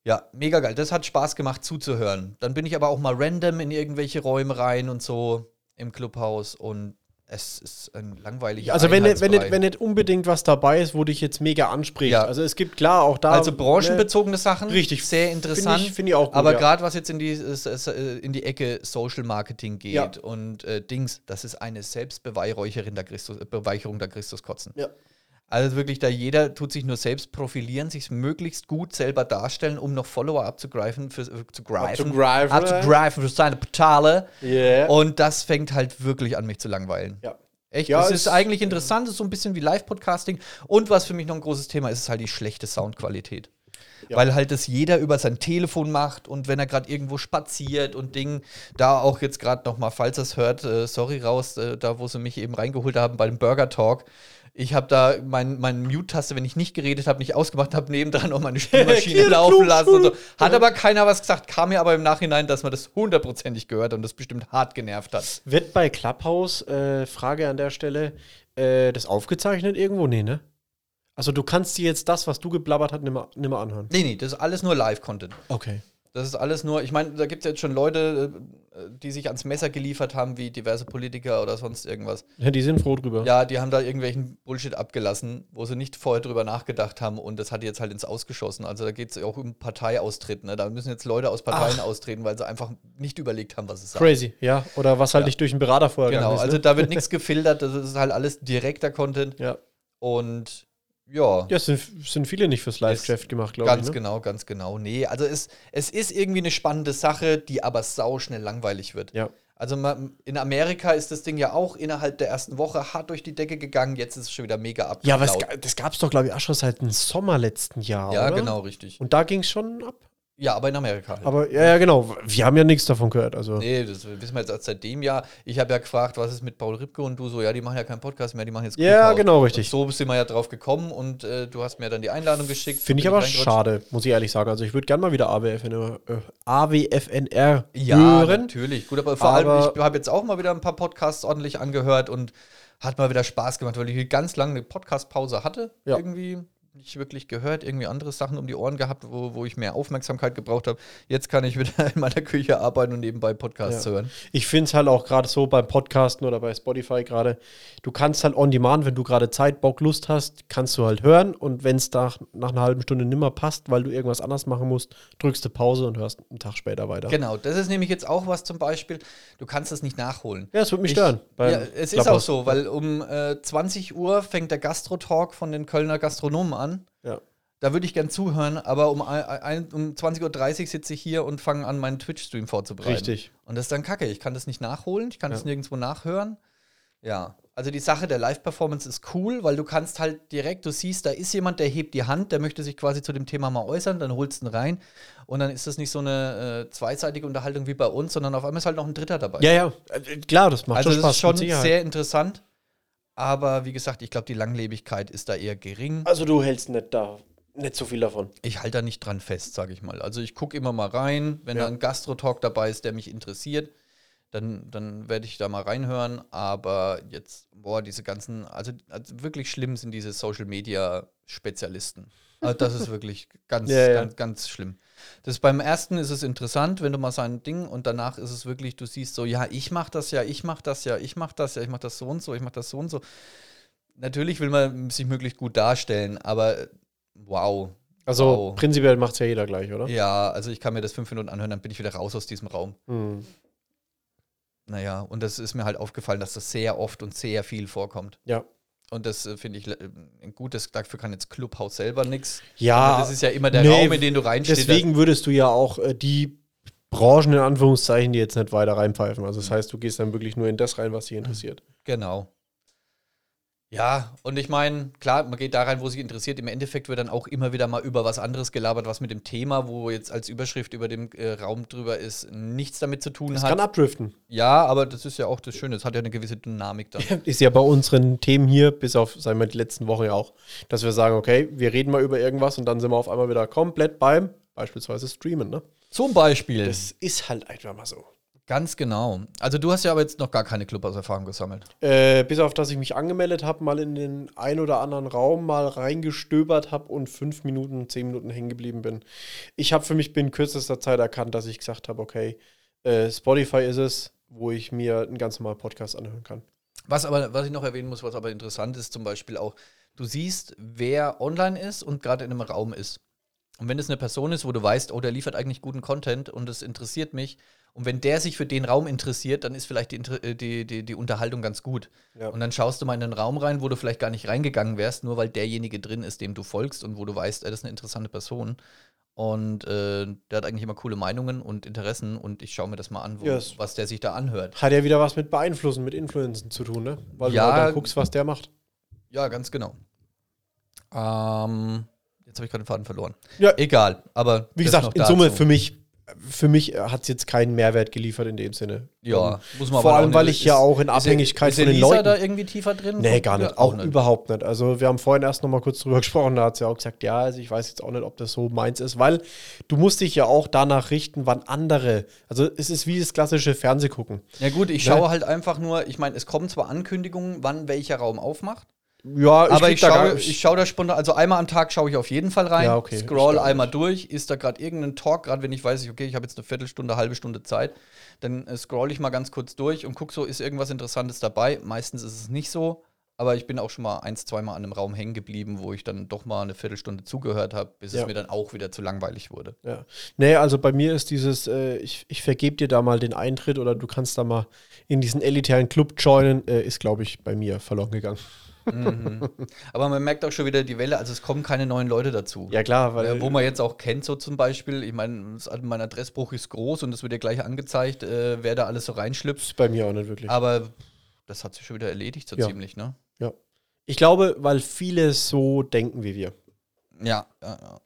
[SPEAKER 1] Ja, mega geil. Das hat Spaß gemacht zuzuhören. Dann bin ich aber auch mal random in irgendwelche Räume rein und so im Clubhaus und es ist ein langweiliger
[SPEAKER 2] Also wenn, nicht- wenn, nicht,
[SPEAKER 1] Einheitsbrei.
[SPEAKER 2] wenn nicht unbedingt was dabei ist, wo dich jetzt mega anspricht.
[SPEAKER 1] Ja.
[SPEAKER 2] Also es gibt klar auch da. ne?
[SPEAKER 1] also branchenbezogene Sachen,
[SPEAKER 2] Richtig.
[SPEAKER 1] sehr
[SPEAKER 2] Finde ich-
[SPEAKER 1] interessant.
[SPEAKER 2] finde ich auch gut,
[SPEAKER 1] aber
[SPEAKER 2] ja.
[SPEAKER 1] gerade was jetzt in die, es- es- äh, in die Ecke Social Marketing geht
[SPEAKER 2] Ja.
[SPEAKER 1] und äh, Dings, das ist eine Selbstbeweihräucherin der Christus, äh, Beweicherung der Christuskotzen.
[SPEAKER 2] Ja.
[SPEAKER 1] Also wirklich, da jeder tut sich nur selbst profilieren, sich möglichst gut selber darstellen, um noch Follower abzugreifen, für, äh, zu greifen,
[SPEAKER 2] Abzugreifen.
[SPEAKER 1] abzugreifen für seine Portale.
[SPEAKER 2] Yeah.
[SPEAKER 1] Und das fängt halt wirklich an, mich zu langweilen.
[SPEAKER 2] ja.
[SPEAKER 1] Echt,
[SPEAKER 2] Ja,
[SPEAKER 1] das
[SPEAKER 2] es-
[SPEAKER 1] ist eigentlich interessant, das ist so ein bisschen wie Live-Podcasting. Und was für mich noch ein großes Thema ist, ist halt die schlechte Soundqualität.
[SPEAKER 2] Ja.
[SPEAKER 1] weil halt das jeder über sein Telefon macht und wenn er gerade irgendwo spaziert und Ding, da auch jetzt gerade nochmal, falls er es hört, äh, sorry raus, äh, da wo sie mich eben reingeholt haben bei dem Burger Talk. Ich habe da mein- meine Mute-Taste, wenn ich nicht geredet habe, nicht ausgemacht habe, nebendran noch meine Spülmaschine laufen lassen und so. Hat aber keiner was gesagt, kam mir aber im Nachhinein, dass man das hundertprozentig gehört und das bestimmt hart genervt hat.
[SPEAKER 2] Wird bei Clubhouse, äh, Frage an der Stelle, äh, das aufgezeichnet irgendwo? Nee, ne? Also du kannst dir jetzt das, was du geblabbert hast, nimmer, nimmer anhören.
[SPEAKER 1] Nee, nee, das ist alles nur Live-Content.
[SPEAKER 2] Okay.
[SPEAKER 1] Das ist alles nur, ich meine, da gibt es jetzt schon Leute, äh, die sich ans Messer geliefert haben, wie diverse Politiker oder sonst irgendwas.
[SPEAKER 2] Ja, die sind froh drüber.
[SPEAKER 1] Ja, die haben da irgendwelchen Bullshit abgelassen, wo sie nicht vorher drüber nachgedacht haben und das hat jetzt halt ins Ausgeschossen. Also da geht es auch um Parteiaustritt. Ne? Da müssen jetzt Leute aus Parteien austreten, weil sie einfach nicht überlegt haben, was es sagt.
[SPEAKER 2] Crazy, ja. Oder was halt nicht durch einen Berater vorher
[SPEAKER 1] Genau,
[SPEAKER 2] gegangen ist,
[SPEAKER 1] also
[SPEAKER 2] ne?
[SPEAKER 1] da wird nichts gefiltert, das ist halt alles direkter Content
[SPEAKER 2] Ja,
[SPEAKER 1] und ja.
[SPEAKER 2] ja es sind, sind viele nicht fürs Live-Geschäft gemacht, glaube ich.
[SPEAKER 1] Ganz
[SPEAKER 2] ne?
[SPEAKER 1] genau, ganz genau. Nee, also es, es ist irgendwie eine spannende Sache, die aber sauschnell langweilig wird.
[SPEAKER 2] Ja.
[SPEAKER 1] Also man, in Amerika ist das Ding ja auch innerhalb der ersten Woche hart durch die Decke gegangen. Jetzt ist es schon wieder mega ab.
[SPEAKER 2] Ja, aber es, ga- das gab es doch, glaube ich, auch schon seit dem Sommer letzten Jahr.
[SPEAKER 1] Ja,
[SPEAKER 2] oder?
[SPEAKER 1] genau, richtig.
[SPEAKER 2] Und da ging es schon ab.
[SPEAKER 1] Ja, aber in Amerika. Halt.
[SPEAKER 2] Aber ja, ja, genau. Wir haben ja nichts davon gehört. Also.
[SPEAKER 1] nee, das wissen wir jetzt erst seit dem Jahr. Ich habe ja gefragt, was ist mit Paul Ripke und du so, ja, die machen ja keinen Podcast mehr, die machen jetzt
[SPEAKER 2] Ja,
[SPEAKER 1] Clubhouse.
[SPEAKER 2] genau, richtig.
[SPEAKER 1] Und so sind wir ja drauf gekommen und äh, du hast mir dann die Einladung geschickt.
[SPEAKER 2] Finde ich
[SPEAKER 1] Bin
[SPEAKER 2] aber
[SPEAKER 1] reingerutscht.
[SPEAKER 2] schade, muss ich ehrlich sagen. Also ich würde gerne mal wieder AWFNR, äh, AWFNR
[SPEAKER 1] Ja,
[SPEAKER 2] hören.
[SPEAKER 1] natürlich. Gut, aber vor allem,
[SPEAKER 2] Aber-
[SPEAKER 1] ich habe jetzt auch mal wieder ein paar Podcasts ordentlich angehört und hat mal wieder Spaß gemacht, weil ich ganz lange eine Podcast-Pause hatte.
[SPEAKER 2] Ja.
[SPEAKER 1] Irgendwie nicht wirklich gehört, irgendwie andere Sachen um die Ohren gehabt, wo, wo ich mehr Aufmerksamkeit gebraucht habe. Jetzt kann ich wieder in meiner Küche arbeiten und nebenbei Podcasts
[SPEAKER 2] Ja.
[SPEAKER 1] hören.
[SPEAKER 2] Ich finde es halt auch gerade so beim Podcasten oder bei Spotify gerade, du kannst halt on demand, wenn du gerade Zeit, Bock, Lust hast, kannst du halt hören und wenn es nach, nach einer halben Stunde nimmer passt, weil du irgendwas anders machen musst, drückst du Pause und hörst einen Tag später weiter.
[SPEAKER 1] Genau, das ist nämlich jetzt auch was zum Beispiel, du kannst es nicht nachholen.
[SPEAKER 2] Ja, es würde mich stören.
[SPEAKER 1] Ich,
[SPEAKER 2] beim
[SPEAKER 1] ja, es ist auch
[SPEAKER 2] Clubhouse.
[SPEAKER 1] so, weil um äh, 20 Uhr fängt der Gastro-Talk von den Kölner Gastronomen an.
[SPEAKER 2] Ja.
[SPEAKER 1] Da würde ich gern zuhören, aber um, ein- ein- um 20.30 Uhr sitze ich hier und fange an, meinen Twitch-Stream vorzubereiten.
[SPEAKER 2] Richtig.
[SPEAKER 1] Und das ist dann kacke. Ich kann das nicht nachholen, ich kann das
[SPEAKER 2] Ja.
[SPEAKER 1] nirgendwo nachhören. Ja. Also die Sache der Live-Performance ist cool, weil du kannst halt direkt, du siehst, da ist jemand, der hebt die Hand, der möchte sich quasi zu dem Thema mal äußern, dann holst du ihn rein und dann ist das nicht so eine äh, zweiseitige Unterhaltung wie bei uns, sondern auf einmal ist halt noch ein Dritter dabei.
[SPEAKER 2] Ja, ja, äh, klar, das macht
[SPEAKER 1] Also
[SPEAKER 2] schon
[SPEAKER 1] das
[SPEAKER 2] Spaß.
[SPEAKER 1] ist schon
[SPEAKER 2] mit Sicherheit.
[SPEAKER 1] sehr interessant. Aber wie gesagt, ich glaube, die Langlebigkeit ist da eher gering.
[SPEAKER 2] also du hältst nicht da, nicht so viel davon.
[SPEAKER 1] Ich halte da nicht dran fest, sage ich mal. Also ich gucke immer mal rein, wenn
[SPEAKER 2] Ja.
[SPEAKER 1] da ein Gastro-Talk dabei ist, der mich interessiert, dann, dann werde ich da mal reinhören. Aber jetzt, boah, diese ganzen, also, also wirklich schlimm sind diese Social-Media-Spezialisten. Also das ist wirklich ganz,
[SPEAKER 2] Ja, ja.
[SPEAKER 1] ganz, ganz schlimm. Das beim ersten ist es interessant, wenn du mal sein Ding und danach ist es wirklich, du siehst so, ja, ich mach das ja, ich mach das ja, ich mach das ja, ich mach das so und so, ich mach das so und so. Natürlich will man sich möglichst gut darstellen, aber wow.
[SPEAKER 2] Also
[SPEAKER 1] Wow.
[SPEAKER 2] prinzipiell macht es ja jeder gleich, oder?
[SPEAKER 1] Ja, also ich kann mir das fünf Minuten anhören, dann bin ich wieder raus aus diesem Raum.
[SPEAKER 2] Hm.
[SPEAKER 1] Naja, und das ist mir halt aufgefallen, dass das sehr oft und sehr viel vorkommt.
[SPEAKER 2] Ja.
[SPEAKER 1] Und das äh, finde ich le- äh, gut, das, dafür kann jetzt Clubhouse selber nichts.
[SPEAKER 2] Ja,
[SPEAKER 1] Das ist ja immer der
[SPEAKER 2] Ah, nee,
[SPEAKER 1] Raum, in den du reinstehst.
[SPEAKER 2] Deswegen würdest du ja auch äh, die Branchen in Anführungszeichen, die jetzt nicht weiter reinpfeifen. Also das heißt, du gehst dann wirklich nur in das rein, was dich interessiert.
[SPEAKER 1] Genau. Ja, und ich meine, klar, man geht da rein, wo sich interessiert. Im Endeffekt wird dann auch immer wieder mal über was anderes gelabert, was mit dem Thema, wo jetzt als Überschrift über dem äh, Raum drüber ist, nichts damit zu tun
[SPEAKER 2] Das
[SPEAKER 1] hat.
[SPEAKER 2] kann abdriften.
[SPEAKER 1] Ja, aber das ist ja auch das Schöne. Es hat ja eine gewisse Dynamik dann.
[SPEAKER 2] Ist ja bei unseren Themen hier, bis auf, sagen wir, die letzten Wochen ja auch, dass wir sagen, okay, wir reden mal über irgendwas und dann sind wir auf einmal wieder komplett beim beispielsweise Streamen, ne?
[SPEAKER 1] Zum Beispiel.
[SPEAKER 2] Das ist halt einfach mal so.
[SPEAKER 1] Ganz genau. Also du hast ja aber jetzt noch gar keine Clubhouse-Erfahrung gesammelt.
[SPEAKER 2] Äh, bis auf, dass ich mich angemeldet habe, mal in den ein oder anderen Raum mal reingestöbert habe und fünf Minuten, zehn Minuten hängen geblieben bin. Ich habe für mich binnen kürzester Zeit erkannt, dass ich gesagt habe, okay, äh, Spotify ist es, wo ich mir einen ganz normalen Podcast anhören kann.
[SPEAKER 1] Was aber, was ich noch erwähnen muss, was aber interessant ist, zum Beispiel auch, du siehst, wer online ist und gerade in einem Raum ist. Und wenn es eine Person ist, wo du weißt, oh, der liefert eigentlich guten Content und das interessiert mich, und wenn der sich für den Raum interessiert, dann ist vielleicht die, Inter- äh, die, die, die Unterhaltung ganz gut.
[SPEAKER 2] Ja.
[SPEAKER 1] Und dann schaust du mal in den Raum rein, wo du vielleicht gar nicht reingegangen wärst, nur weil derjenige drin ist, dem du folgst und wo du weißt, er ist eine interessante Person. Und äh, der hat eigentlich immer coole Meinungen und Interessen und ich schaue mir das mal an, wo,
[SPEAKER 2] Yes.
[SPEAKER 1] was der sich da anhört.
[SPEAKER 2] Hat ja wieder was mit Beeinflussen, mit Influencen zu tun, ne? Weil
[SPEAKER 1] Ja.
[SPEAKER 2] du mal dann guckst, was der macht.
[SPEAKER 1] Ja, ganz genau. Ähm, Jetzt habe ich gerade den Faden verloren.
[SPEAKER 2] Ja.
[SPEAKER 1] Egal, aber.
[SPEAKER 2] Wie
[SPEAKER 1] das
[SPEAKER 2] gesagt,
[SPEAKER 1] noch
[SPEAKER 2] in Summe
[SPEAKER 1] dazu.
[SPEAKER 2] für mich, für mich hat es jetzt keinen Mehrwert geliefert in dem Sinne.
[SPEAKER 1] Ja, muss man
[SPEAKER 2] Vor
[SPEAKER 1] aber
[SPEAKER 2] allem,
[SPEAKER 1] auch
[SPEAKER 2] weil
[SPEAKER 1] nicht-
[SPEAKER 2] ich ja
[SPEAKER 1] ist-
[SPEAKER 2] auch in Abhängigkeit von den Leuten.
[SPEAKER 1] da irgendwie tiefer drin?
[SPEAKER 2] Nee, gar nicht.
[SPEAKER 1] Ja,
[SPEAKER 2] auch überhaupt nicht. Also wir haben vorhin erst noch mal kurz drüber gesprochen, da hat sie auch gesagt, ja, also ich weiß jetzt auch nicht, ob das so meins ist, weil du musst dich ja auch danach richten, wann andere, also es ist wie das klassische Fernsehgucken.
[SPEAKER 1] Ja gut, ich
[SPEAKER 2] Ne?
[SPEAKER 1] schaue halt einfach nur, ich meine, es kommen zwar Ankündigungen, wann welcher Raum aufmacht,
[SPEAKER 2] Ja,
[SPEAKER 1] aber
[SPEAKER 2] krieg
[SPEAKER 1] ich
[SPEAKER 2] da gar-
[SPEAKER 1] schaue, ich schaue da spontan, also einmal am Tag schaue ich auf jeden Fall rein,
[SPEAKER 2] Ja, okay, ich
[SPEAKER 1] scroll
[SPEAKER 2] gar
[SPEAKER 1] einmal durch, ist da gerade irgendein Talk, gerade wenn ich weiß, ich, okay, ich habe jetzt eine Viertelstunde, halbe Stunde Zeit, dann äh, scroll ich mal ganz kurz durch und guck so, ist irgendwas Interessantes dabei? Meistens ist es nicht so, aber ich bin auch schon mal eins, zweimal an einem Raum hängen geblieben, wo ich dann doch mal eine Viertelstunde zugehört habe, bis
[SPEAKER 2] Ja.
[SPEAKER 1] es mir dann auch wieder zu langweilig wurde.
[SPEAKER 2] Ja. Nee, also bei mir ist dieses, äh, ich, ich vergebe dir da mal den Eintritt oder du kannst da mal in diesen elitären Club joinen, äh, ist, glaube ich, bei mir verloren gegangen.
[SPEAKER 1] Aber man merkt auch schon wieder die Welle, also es kommen keine neuen Leute dazu.
[SPEAKER 2] Ja, klar, weil. äh,
[SPEAKER 1] Ja, wo man jetzt auch kennt, so zum Beispiel, ich meine, das- mein Adressbruch ist groß und es wird ja gleich angezeigt, äh, wer da alles so reinschlüpft.
[SPEAKER 2] ist bei mir auch nicht wirklich.
[SPEAKER 1] Aber das hat sich schon wieder erledigt, so
[SPEAKER 2] Ja.
[SPEAKER 1] ziemlich, ne?
[SPEAKER 2] Ja. Ich glaube, weil viele so denken wie wir.
[SPEAKER 1] Ja, ja, ja.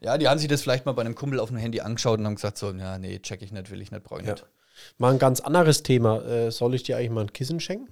[SPEAKER 1] Ja, die haben sich das vielleicht mal bei einem Kumpel auf dem Handy angeschaut und haben gesagt, so, ja, nee, check ich nicht, will ich nicht, brauche ich
[SPEAKER 2] Ja.
[SPEAKER 1] nicht.
[SPEAKER 2] Mal ein ganz anderes Thema. Äh, soll ich dir eigentlich mal ein Kissen schenken?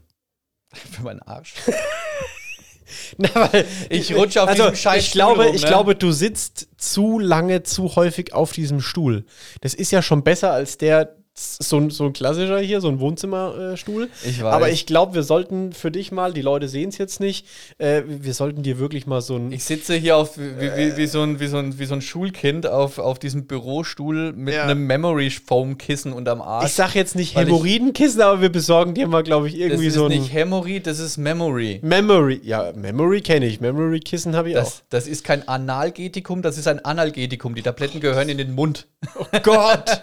[SPEAKER 1] Für meinen Arsch.
[SPEAKER 2] Na, weil
[SPEAKER 1] Ich rutsche auf diesem scheiß
[SPEAKER 2] Also, ich
[SPEAKER 1] Stuhl
[SPEAKER 2] glaube,
[SPEAKER 1] rum,
[SPEAKER 2] Ich
[SPEAKER 1] ne?
[SPEAKER 2] glaube, du sitzt zu lange, zu häufig auf diesem Stuhl. Das ist ja schon besser als der, so, ein- so ein klassischer hier, so ein Wohnzimmerstuhl.
[SPEAKER 1] Ich weiß.
[SPEAKER 2] Aber ich glaube, wir sollten für dich mal, die Leute sehen es jetzt nicht, äh, wir sollten dir wirklich mal so ein.
[SPEAKER 1] Ich sitze hier auf, wie, wie, wie, so, ein, wie, so, ein, wie so ein Schulkind auf, auf diesem Bürostuhl mit
[SPEAKER 2] Ja.
[SPEAKER 1] einem Memory-Foam-Kissen unterm Arsch.
[SPEAKER 2] ich sag jetzt nicht
[SPEAKER 1] Weil ich-
[SPEAKER 2] Hämorrhoidenkissen, aber wir besorgen dir mal, glaube ich,
[SPEAKER 1] das
[SPEAKER 2] irgendwie
[SPEAKER 1] ist
[SPEAKER 2] so ein.
[SPEAKER 1] nicht Memory, das ist Memory.
[SPEAKER 2] Memory, ja, Memory kenne ich. Memory-Kissen habe ich
[SPEAKER 1] Das, das ist kein Analgetikum, das ist ein Analgetikum. Die Tabletten gehören in den Mund.
[SPEAKER 2] auch. Oh Gott!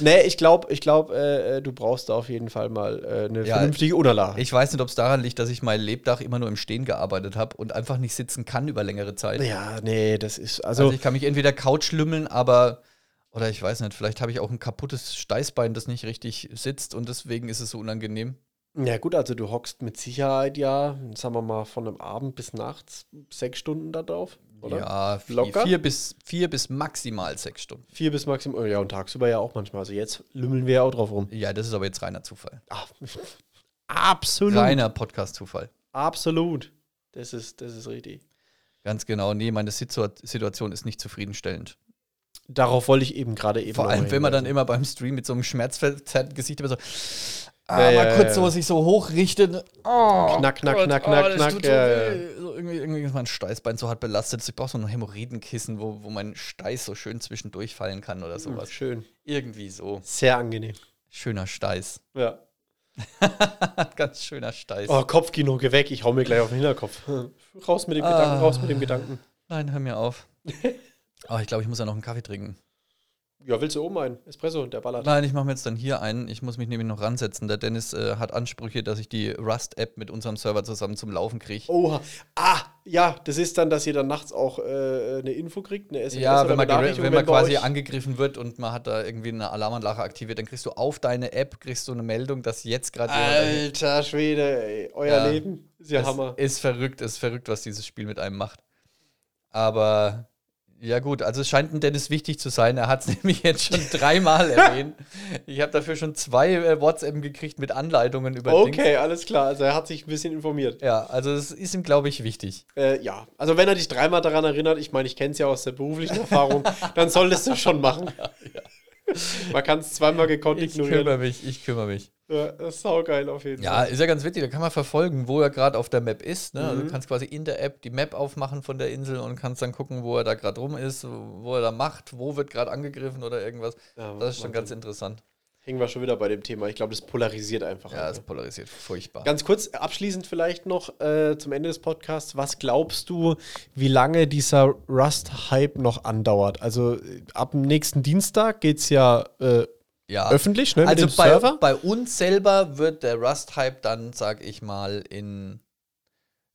[SPEAKER 2] nee, ich glaube, ich glaub, äh, äh, du brauchst da auf jeden Fall mal äh, eine
[SPEAKER 1] Ja,
[SPEAKER 2] vernünftige Unterlage.
[SPEAKER 1] Ich weiß nicht, ob es daran liegt, dass ich mein Lebdach immer nur im Stehen gearbeitet habe und einfach nicht sitzen kann über längere Zeit.
[SPEAKER 2] ja, nee, das ist. Also,
[SPEAKER 1] Also ich kann mich entweder Couch lümmeln, aber oder ich weiß nicht, vielleicht habe ich auch ein kaputtes Steißbein, das nicht richtig sitzt und deswegen ist es so unangenehm.
[SPEAKER 2] ja, gut, also du hockst mit Sicherheit ja, sagen wir mal, von einem Abend bis nachts sechs Stunden da drauf, oder?
[SPEAKER 1] Ja, vi-
[SPEAKER 2] Locker?
[SPEAKER 1] vier bis vier bis maximal sechs Stunden.
[SPEAKER 2] Vier bis maximal. oh Ja, und tagsüber ja auch manchmal. Also, jetzt lümmeln wir ja auch drauf rum.
[SPEAKER 1] Ja, das ist aber jetzt reiner Zufall.
[SPEAKER 2] Ah, absolut.
[SPEAKER 1] Reiner Podcast-Zufall.
[SPEAKER 2] Absolut. Das ist, das ist richtig.
[SPEAKER 1] Ganz genau. Nee, meine Situ Situation ist nicht zufriedenstellend.
[SPEAKER 2] Darauf wollte ich eben gerade eben.
[SPEAKER 1] Vor
[SPEAKER 2] noch mal
[SPEAKER 1] allem, wenn man
[SPEAKER 2] hinweisen.
[SPEAKER 1] dann immer beim Stream mit so einem schmerzverzerrten Gesicht immer so, ah,
[SPEAKER 2] Ja, ja,
[SPEAKER 1] mal kurz
[SPEAKER 2] ja.
[SPEAKER 1] so sich so hochrichtet. Oh,
[SPEAKER 2] Knack, knack,
[SPEAKER 1] Gott,
[SPEAKER 2] knack,
[SPEAKER 1] oh,
[SPEAKER 2] knack,
[SPEAKER 1] das
[SPEAKER 2] knack,
[SPEAKER 1] Tut so,
[SPEAKER 2] ja,
[SPEAKER 1] weh. so irgendwie, irgendwie ist mein Steißbein so hart belastet. Ich brauche so ein Hämorrhoidenkissen, wo, wo mein Steiß so schön zwischendurch fallen kann
[SPEAKER 2] Hm.
[SPEAKER 1] oder sowas.
[SPEAKER 2] Schön.
[SPEAKER 1] Irgendwie so.
[SPEAKER 2] Sehr angenehm.
[SPEAKER 1] Schöner Steiß.
[SPEAKER 2] Ja.
[SPEAKER 1] Ganz schöner Steiß.
[SPEAKER 2] Oh, Kopfkino, geh weg. Ich hau mir gleich auf den Hinterkopf. raus mit dem
[SPEAKER 1] Ah.
[SPEAKER 2] Gedanken, raus mit dem Gedanken.
[SPEAKER 1] Nein, hör mir auf. Oh, ich glaube, ich muss ja noch einen Kaffee trinken.
[SPEAKER 2] Ja, willst du oben einen? Espresso, der ballert.
[SPEAKER 1] Nein, ich mache mir jetzt dann hier einen. Ich muss mich nämlich noch ransetzen. Der Dennis äh, hat Ansprüche, dass ich die Rust-App mit unserem Server zusammen zum Laufen kriege.
[SPEAKER 2] Oha. Ah, ja, das ist dann, dass ihr dann nachts auch äh, eine Info kriegt, eine SMS
[SPEAKER 1] Ja, wenn
[SPEAKER 2] eine
[SPEAKER 1] man, gere-
[SPEAKER 2] Benachrichtigung,
[SPEAKER 1] wenn man
[SPEAKER 2] bei
[SPEAKER 1] quasi
[SPEAKER 2] euch-
[SPEAKER 1] angegriffen wird und man hat da irgendwie eine Alarmanlage aktiviert, dann kriegst du auf deine App kriegst du eine Meldung, dass jetzt gerade jemand
[SPEAKER 2] Alter Schwede, ey. Euer
[SPEAKER 1] also- Ja.
[SPEAKER 2] Leben ist ja
[SPEAKER 1] das
[SPEAKER 2] Hammer.
[SPEAKER 1] ist verrückt, ist verrückt, was dieses Spiel mit einem macht. Aber ja gut, also es scheint ein Dennis wichtig zu sein. Er hat es nämlich jetzt schon dreimal erwähnt. Ich habe dafür schon zwei äh, WhatsApp gekriegt mit Anleitungen über Dings.
[SPEAKER 2] Okay, alles klar. Also er hat sich ein bisschen informiert.
[SPEAKER 1] Ja, also es ist ihm glaube ich wichtig.
[SPEAKER 2] Äh, ja, also wenn er dich dreimal daran erinnert, ich meine, ich kenne es ja aus der beruflichen Erfahrung, dann solltest du schon machen. Man kann es zweimal gekonnt
[SPEAKER 1] Ich
[SPEAKER 2] ignorieren.
[SPEAKER 1] kümmere mich, ich kümmere mich.
[SPEAKER 2] Ja, das ist saugeil auf jeden
[SPEAKER 1] Ja,
[SPEAKER 2] Fall.
[SPEAKER 1] ist ja ganz witzig. Da kann man verfolgen, wo er gerade auf der Map ist. Ne?
[SPEAKER 2] Mhm.
[SPEAKER 1] Also du kannst quasi in der App die Map aufmachen von der Insel und kannst dann gucken, wo er da gerade rum ist, wo er da macht, wo wird gerade angegriffen oder irgendwas.
[SPEAKER 2] Ja,
[SPEAKER 1] das ist schon
[SPEAKER 2] Wahnsinn.
[SPEAKER 1] ganz interessant.
[SPEAKER 2] Hängen wir schon wieder bei dem Thema. Ich glaube, das polarisiert einfach.
[SPEAKER 1] Ja, es polarisiert furchtbar.
[SPEAKER 2] Ganz kurz, abschließend vielleicht noch äh, zum Ende des Podcasts. Was glaubst du, wie lange dieser Rust-Hype noch andauert? Also äh, ab dem nächsten Dienstag geht es ja äh,
[SPEAKER 1] ja.
[SPEAKER 2] öffentlich, ne?
[SPEAKER 1] also
[SPEAKER 2] mit dem
[SPEAKER 1] bei,
[SPEAKER 2] Server.
[SPEAKER 1] bei uns selber wird der Rust-Hype dann, sag ich mal, in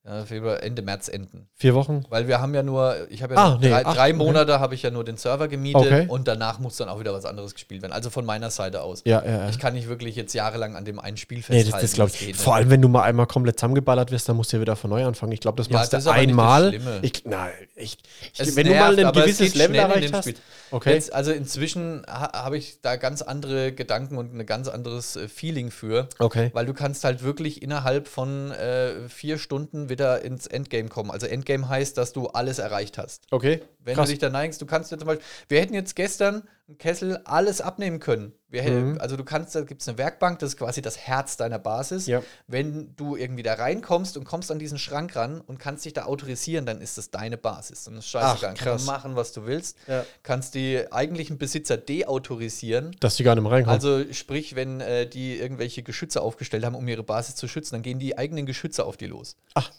[SPEAKER 1] Ja, Februar, Ende März enden.
[SPEAKER 2] Vier Wochen?
[SPEAKER 1] Weil wir haben ja nur, ich habe ja
[SPEAKER 2] Ah,
[SPEAKER 1] nur
[SPEAKER 2] nee,
[SPEAKER 1] drei,
[SPEAKER 2] ach,
[SPEAKER 1] drei
[SPEAKER 2] okay.
[SPEAKER 1] Monate habe ich ja nur den Server gemietet
[SPEAKER 2] Okay.
[SPEAKER 1] und danach muss dann auch wieder was anderes gespielt werden. Also von meiner Seite aus.
[SPEAKER 2] Ja, ja, ja.
[SPEAKER 1] Ich kann nicht wirklich jetzt jahrelang an dem einen Spiel
[SPEAKER 2] Hm. Nee,
[SPEAKER 1] festhalten.
[SPEAKER 2] das, das glaube ich.
[SPEAKER 1] geht
[SPEAKER 2] Vor
[SPEAKER 1] nicht.
[SPEAKER 2] allem, wenn du mal einmal komplett zusammengeballert wirst, dann musst du ja wieder von neu anfangen. Ich glaube, das
[SPEAKER 1] Ja,
[SPEAKER 2] machst
[SPEAKER 1] das ist
[SPEAKER 2] du
[SPEAKER 1] aber nicht das
[SPEAKER 2] einmal.
[SPEAKER 1] Schlimme.
[SPEAKER 2] ich, na, ich, ich,
[SPEAKER 1] Es
[SPEAKER 2] wenn
[SPEAKER 1] nervt,
[SPEAKER 2] du mal ein
[SPEAKER 1] aber es
[SPEAKER 2] gewisses
[SPEAKER 1] geht
[SPEAKER 2] Level
[SPEAKER 1] schnell in
[SPEAKER 2] erreicht
[SPEAKER 1] dem
[SPEAKER 2] hast.
[SPEAKER 1] Spiel.
[SPEAKER 2] Okay.
[SPEAKER 1] Jetzt, also inzwischen ha, habe ich da ganz andere Gedanken und ein ganz anderes äh, Feeling für.
[SPEAKER 2] okay.
[SPEAKER 1] Weil du kannst halt wirklich innerhalb von äh, vier Stunden wieder ins Endgame kommen. Also Endgame heißt, dass du alles erreicht hast.
[SPEAKER 2] Okay.
[SPEAKER 1] Wenn
[SPEAKER 2] Krass.
[SPEAKER 1] du dich da neigst, du kannst dir zum Beispiel, wir hätten jetzt gestern im Kessel alles abnehmen können. Wir, hä-
[SPEAKER 2] Mhm.
[SPEAKER 1] Also du kannst, da gibt es eine Werkbank, das ist quasi das Herz deiner Basis.
[SPEAKER 2] Ja.
[SPEAKER 1] Wenn du irgendwie da reinkommst und kommst an diesen Schrank ran und kannst dich da autorisieren, dann ist das deine Basis. Und das ist scheißegal.
[SPEAKER 2] Ach,
[SPEAKER 1] Kannst
[SPEAKER 2] krass.
[SPEAKER 1] machen, was du willst.
[SPEAKER 2] Ja.
[SPEAKER 1] Kannst die eigentlichen Besitzer deautorisieren.
[SPEAKER 2] Dass die gar nicht mehr reinkommen.
[SPEAKER 1] Also sprich, wenn äh, die irgendwelche Geschütze aufgestellt haben, um ihre Basis zu schützen, dann gehen die eigenen Geschütze auf die los.
[SPEAKER 2] Ach.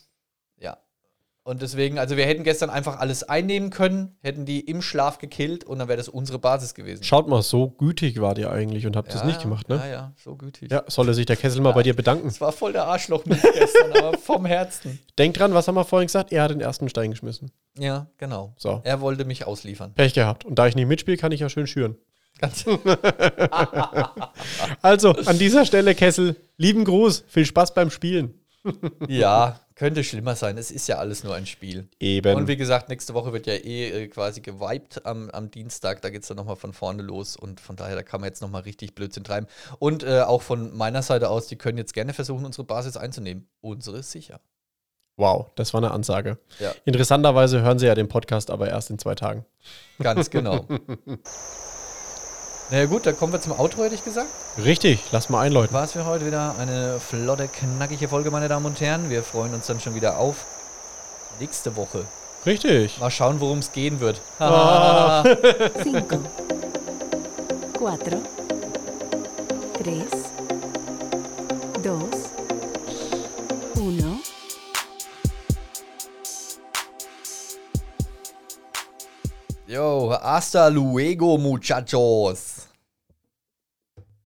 [SPEAKER 1] Ja. Und deswegen, also wir hätten gestern einfach alles einnehmen können, hätten die im Schlaf gekillt und dann wäre das unsere Basis gewesen.
[SPEAKER 2] Schaut mal, so gütig war ihr eigentlich und habt
[SPEAKER 1] ja,
[SPEAKER 2] das nicht gemacht, ne?
[SPEAKER 1] Ja, ja, so gütig.
[SPEAKER 2] Ja, solle sich der Kessel mal bei dir bedanken.
[SPEAKER 1] Das war voll der Arschloch mit gestern, aber vom Herzen.
[SPEAKER 2] Denk dran, was haben wir vorhin gesagt? Er hat den ersten Stein geschmissen.
[SPEAKER 1] Ja, genau.
[SPEAKER 2] So.
[SPEAKER 1] Er wollte mich ausliefern.
[SPEAKER 2] Pech gehabt. Und da ich nicht mitspiele, kann ich ja schön schüren. also, an dieser Stelle, Kessel, lieben Gruß. Viel Spaß beim Spielen.
[SPEAKER 1] ja, könnte schlimmer sein. Es ist ja alles nur ein Spiel.
[SPEAKER 2] Eben.
[SPEAKER 1] Und wie gesagt, nächste Woche wird ja eh äh, quasi gewiped am, am Dienstag. Da geht es dann nochmal von vorne los. Und von daher, da kann man jetzt nochmal richtig Blödsinn treiben. Und äh, auch von meiner Seite aus, die können jetzt gerne versuchen, unsere Basis einzunehmen. Unsere ist sicher.
[SPEAKER 2] wow, das war eine Ansage.
[SPEAKER 1] Ja.
[SPEAKER 2] Interessanterweise hören Sie ja den Podcast aber erst in zwei Tagen.
[SPEAKER 1] Ganz genau. naja, gut, dann kommen wir zum Outro, hätte ich gesagt.
[SPEAKER 2] Richtig, lass mal einläuten.
[SPEAKER 1] War es für heute wieder eine flotte, knackige Folge, meine Damen und Herren. Wir freuen uns dann schon wieder auf nächste Woche.
[SPEAKER 2] Richtig.
[SPEAKER 1] Mal schauen, worum es gehen wird.
[SPEAKER 2] Ah.
[SPEAKER 3] 5, 4, 3, 2, 1.
[SPEAKER 1] Yo, hasta luego, muchachos.